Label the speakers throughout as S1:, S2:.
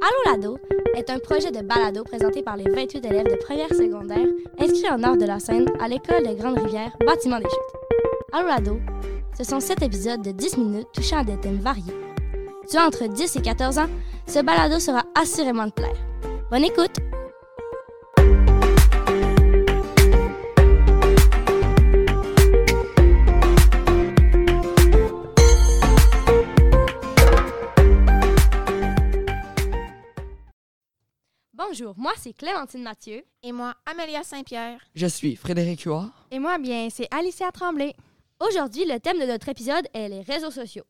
S1: Allons l'ado est un projet de balado présenté par les 28 élèves de première secondaire inscrits en ordre de la Seine à l'école de Grande-Rivière, bâtiment des Chutes. Allons l'ado, ce sont 7 épisodes de 10 minutes touchant à des thèmes variés. Tu as entre 10 et 14 ans, ce balado sera assurément de plaire. Bonne écoute! Bonjour, moi c'est Clémentine Mathieu.
S2: Et moi, Amélia Saint-Pierre.
S3: Je suis Frédéric Huard.
S4: Et moi, bien, c'est Alicia Tremblay.
S1: Aujourd'hui, le thème de notre épisode est les réseaux sociaux.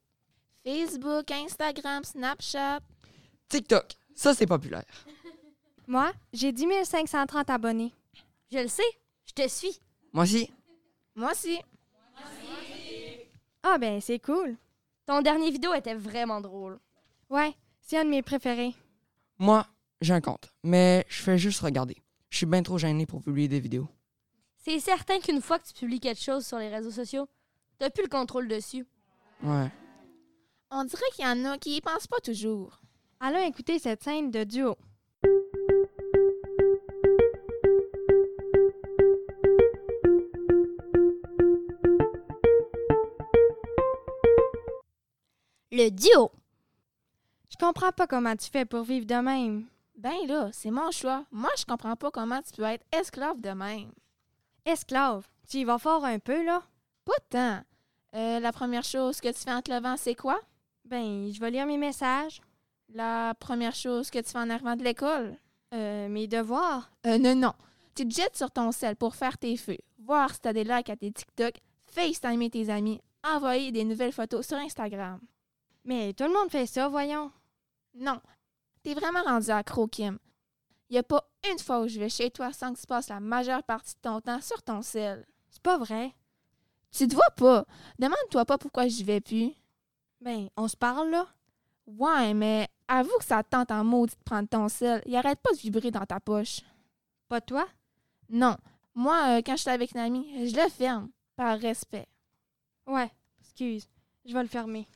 S2: Facebook, Instagram, Snapchat.
S3: TikTok, ça c'est populaire.
S4: Moi, j'ai 10 530 abonnés.
S1: Je le sais, je te suis.
S3: Moi aussi,
S2: Moi aussi.
S4: Ah ben, c'est cool.
S1: Ton dernier vidéo était vraiment drôle.
S4: Ouais, c'est un de mes préférés.
S3: moi, j'ai un compte, mais je fais juste regarder. Je suis bien trop gêné pour publier des vidéos.
S1: C'est certain qu'une fois que tu publies quelque chose sur les réseaux sociaux, t'as plus le contrôle dessus.
S3: Ouais.
S2: On dirait qu'il y en a qui y pensent pas toujours.
S4: Allons écouter cette scène de duo.
S1: Le duo.
S4: Je comprends pas comment tu fais pour vivre de même.
S2: Ben là, c'est mon choix. Moi, je comprends pas comment tu peux être esclave de même.
S4: Esclave, tu y vas fort un peu, là?
S2: Pas tant. Euh, la première chose que tu fais en te levant, c'est quoi?
S4: Ben, je vais lire mes messages,
S2: La première chose que tu fais en arrivant de l'école?
S4: euh, mes devoirs.
S2: Euh, non, non. Tu te jettes sur ton sel pour faire tes feux, voir si t'as des likes à tes TikTok, FaceTimer tes amis, envoyer des nouvelles photos sur Instagram.
S4: Mais tout le monde fait ça, voyons.
S2: Non, t'es vraiment rendu accro, Kim. Y a pas une fois où je vais chez toi sans que tu passes la majeure partie de ton temps sur ton sel.
S4: C'est pas vrai.
S2: Tu te vois pas. Demande-toi pas pourquoi j'y vais plus.
S4: Ben, on se parle, là?
S2: Ouais, mais avoue que ça te tente en maudit de prendre ton sel. Il arrête pas de vibrer dans ta poche.
S4: Pas toi?
S2: Non, moi, euh, quand je suis avec une amie, je le ferme, par respect.
S4: Ouais, excuse. Je vais le fermer.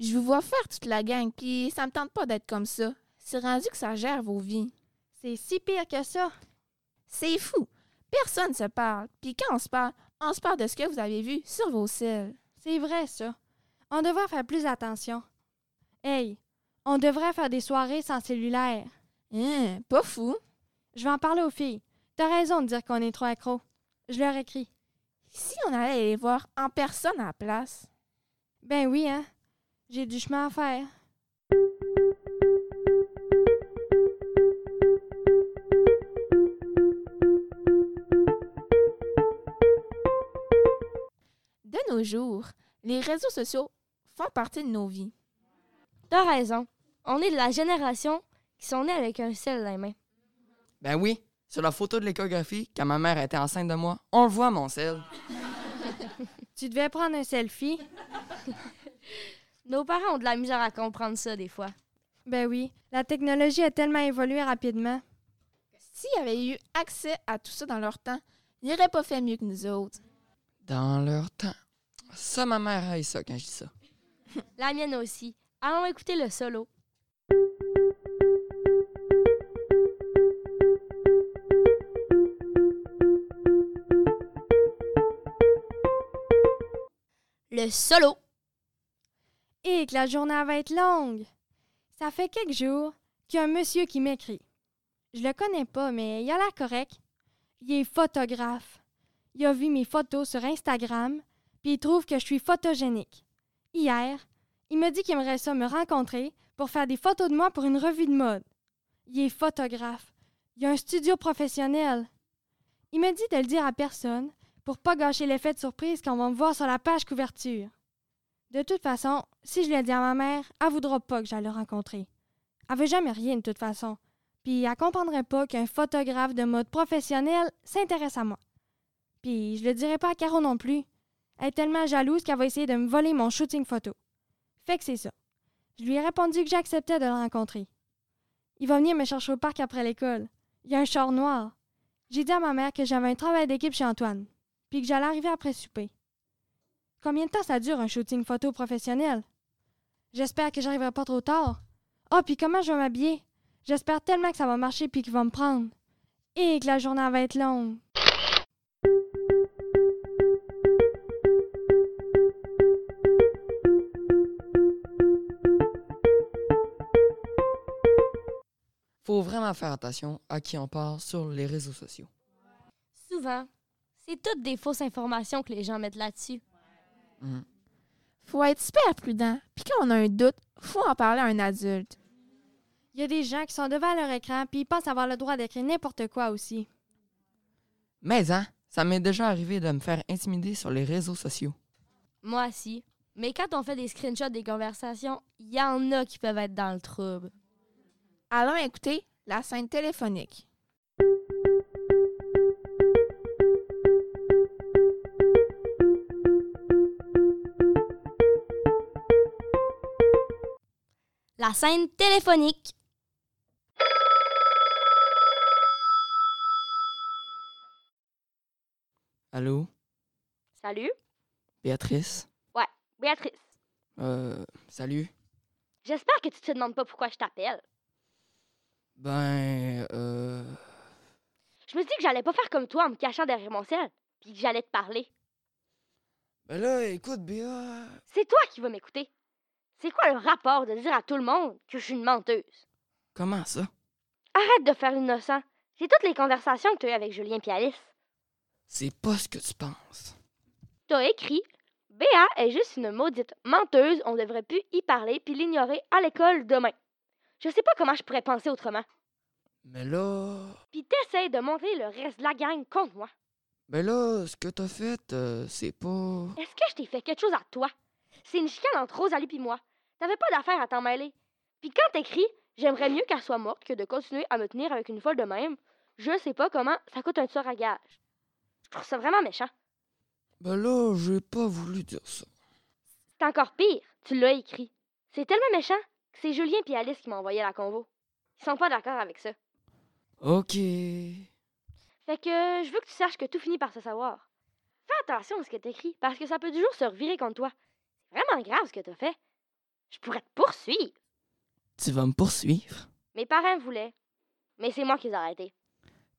S2: Je vous vois faire toute la gang, puis ça me tente pas d'être comme ça. C'est rendu que ça gère vos vies.
S4: C'est si pire que ça.
S2: C'est fou. Personne se parle. Puis quand on se parle, on se parle de ce que vous avez vu sur vos cils.
S4: C'est vrai, ça. On devrait faire plus attention. Hey, on devrait faire des soirées sans cellulaire.
S2: Hein, pas fou.
S4: Je vais en parler aux filles. T'as raison de dire qu'on est trop accro. Je leur écris.
S2: Si on allait les voir en personne à la place.
S4: Ben oui, hein. J'ai du chemin à faire.
S2: De nos jours, les réseaux sociaux font partie de nos vies.
S1: T'as raison. On est de la génération qui sont nés avec un sel dans les mains.
S3: Ben oui, sur la photo de l'échographie, quand ma mère était enceinte de moi, on le voit, mon sel.
S4: Tu devais prendre un selfie.
S1: Nos parents ont de la misère à comprendre ça des fois.
S4: Ben oui, la technologie a tellement évolué rapidement.
S2: S'ils avaient eu accès à tout ça dans leur temps, ils n'auraient pas fait mieux que nous autres.
S3: Dans leur temps. Ça, ma mère aille ça quand je dis ça.
S1: La mienne aussi. Allons écouter le solo. Le solo.
S4: Et que la journée va être longue. Ça fait quelques jours qu'il y a un monsieur qui m'écrit. Je le connais pas, mais il a l'air correct. Il est photographe. Il a vu mes photos sur Instagram, puis il trouve que je suis photogénique. Hier, il me dit qu'il aimerait ça me rencontrer pour faire des photos de moi pour une revue de mode. Il est photographe. Il a un studio professionnel. Il me dit de le dire à personne pour pas gâcher l'effet de surprise qu'on va me voir sur la page couverture. De toute façon, si je le dis à ma mère, elle voudra pas que j'aille le rencontrer. Elle veut jamais rien de toute façon. Puis elle comprendrait pas qu'un photographe de mode professionnel s'intéresse à moi. Puis je le dirai pas à Caro non plus. Elle est tellement jalouse qu'elle va essayer de me voler mon shooting photo. Fait que c'est ça. Je lui ai répondu que j'acceptais de le rencontrer. Il va venir me chercher au parc après l'école. Il y a un char noir. J'ai dit à ma mère que j'avais un travail d'équipe chez Antoine, puis que j'allais arriver après souper. Combien de temps ça dure un shooting photo professionnel? J'espère que j'arriverai pas trop tard. Ah, puis comment je vais m'habiller? J'espère tellement que ça va marcher puis qu'il va me prendre. Et que la journée va être longue.
S3: Faut vraiment faire attention à qui on parle sur les réseaux sociaux.
S1: Souvent, c'est toutes des fausses informations que les gens mettent là-dessus.
S3: Mhm.
S2: Faut être super prudent. Puis quand on a un doute, faut en parler à un adulte.
S4: Il y a des gens qui sont devant leur écran puis ils pensent avoir le droit d'écrire n'importe quoi aussi.
S3: Mais hein, ça m'est déjà arrivé de me faire intimider sur les réseaux sociaux.
S1: Moi aussi. Mais quand on fait des screenshots des conversations, il y en a qui peuvent être dans le trouble.
S2: Allons écouter la scène téléphonique.
S1: La scène téléphonique.
S3: Allô,
S1: Salut,
S3: Béatrice?
S1: Béatrice.
S3: Euh, salut.
S1: J'espère que tu te demandes pas pourquoi je t'appelle.
S3: Ben, euh,
S1: Je me suis dit que j'allais pas faire comme toi en me cachant derrière mon ciel, puis que j'allais te parler.
S3: ben là, écoute, Béa.
S1: C'est toi qui vas m'écouter. C'est quoi le rapport de dire à tout le monde que je suis une menteuse?
S3: Comment ça?
S1: Arrête de faire l'innocent. J'ai toutes les conversations que tu as eues avec Julien puis Alice.
S3: C'est pas ce que tu penses.
S1: T'as écrit Béa est juste une maudite menteuse, on devrait plus y parler puis l'ignorer à l'école demain. Je sais pas comment je pourrais penser autrement.
S3: Mais là,
S1: Puis t'essayes de monter le reste de la gang contre moi.
S3: ben là, ce que t'as fait, euh, c'est pas.
S1: Est-ce que je t'ai fait quelque chose à toi? C'est une chicane entre Rosalie puis moi. T'avais pas d'affaire à t'en mêler. Puis quand t'écris, j'aimerais mieux qu'elle soit morte que de continuer à me tenir avec une folle de même. Je sais pas comment ça coûte un tueur à gage. Je trouve ça vraiment méchant.
S3: Ben là, j'ai pas voulu dire ça.
S1: C'est encore pire, tu l'as écrit. C'est tellement méchant que c'est Julien puis Alice qui m'ont envoyé la convo. Ils sont pas d'accord avec ça.
S3: Ok.
S1: Fait que euh, je veux que tu saches que tout finit par se savoir. Fais attention à ce que t'écris, parce que ça peut toujours se revirer contre toi. C'est vraiment grave ce que t'as fait. Je pourrais te poursuivre.
S3: Tu vas me poursuivre?
S1: Mes parents voulaient, mais c'est moi qui les ai arrêtés.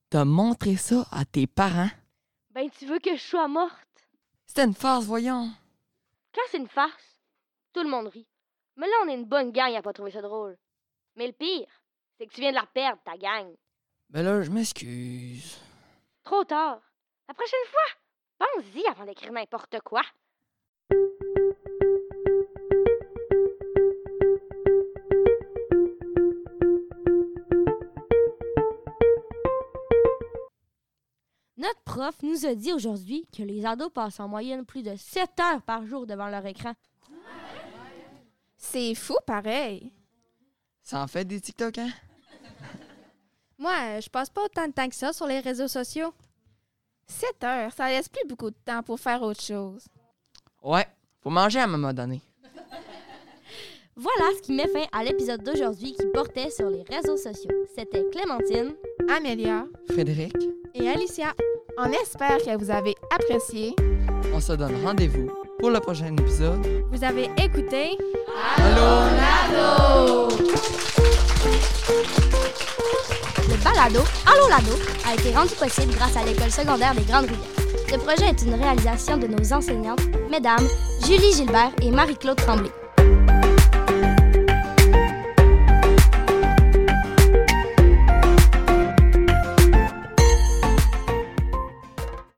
S3: T'as montré ça à tes parents?
S1: Ben, tu veux que je sois morte?
S3: C'était une farce, voyons.
S1: Quand c'est une farce, tout le monde rit. Mais là, on est une bonne gang à pas trouver ça drôle. Mais le pire, c'est que tu viens de la perdre, ta gang.
S3: Ben là, je m'excuse.
S1: Trop tard. La prochaine fois, pense-y avant d'écrire n'importe quoi. Notre prof nous a dit aujourd'hui que les ados passent en moyenne plus de 7 heures par jour devant leur écran.
S2: C'est fou pareil.
S3: Ça en fait des TikTok, hein?
S4: Moi, euh, je passe pas autant de temps que ça sur les réseaux sociaux.
S2: 7 heures, ça laisse plus beaucoup de temps pour faire autre chose.
S3: Ouais, faut manger à un moment donné.
S1: Voilà ce qui met fin à l'épisode d'aujourd'hui qui portait sur les réseaux sociaux. C'était Clémentine.
S2: Amélia,
S3: Frédéric,
S4: Et Alicia,
S2: on espère que vous avez apprécié.
S3: on se donne rendez-vous pour le prochain épisode.
S4: vous avez écouté
S1: Le balado Allô l'ado a été rendu possible grâce à l'école secondaire des Grandes Rivières. Ce projet est une réalisation de nos enseignantes, mesdames Julie Gilbert et Marie-Claude Tremblay.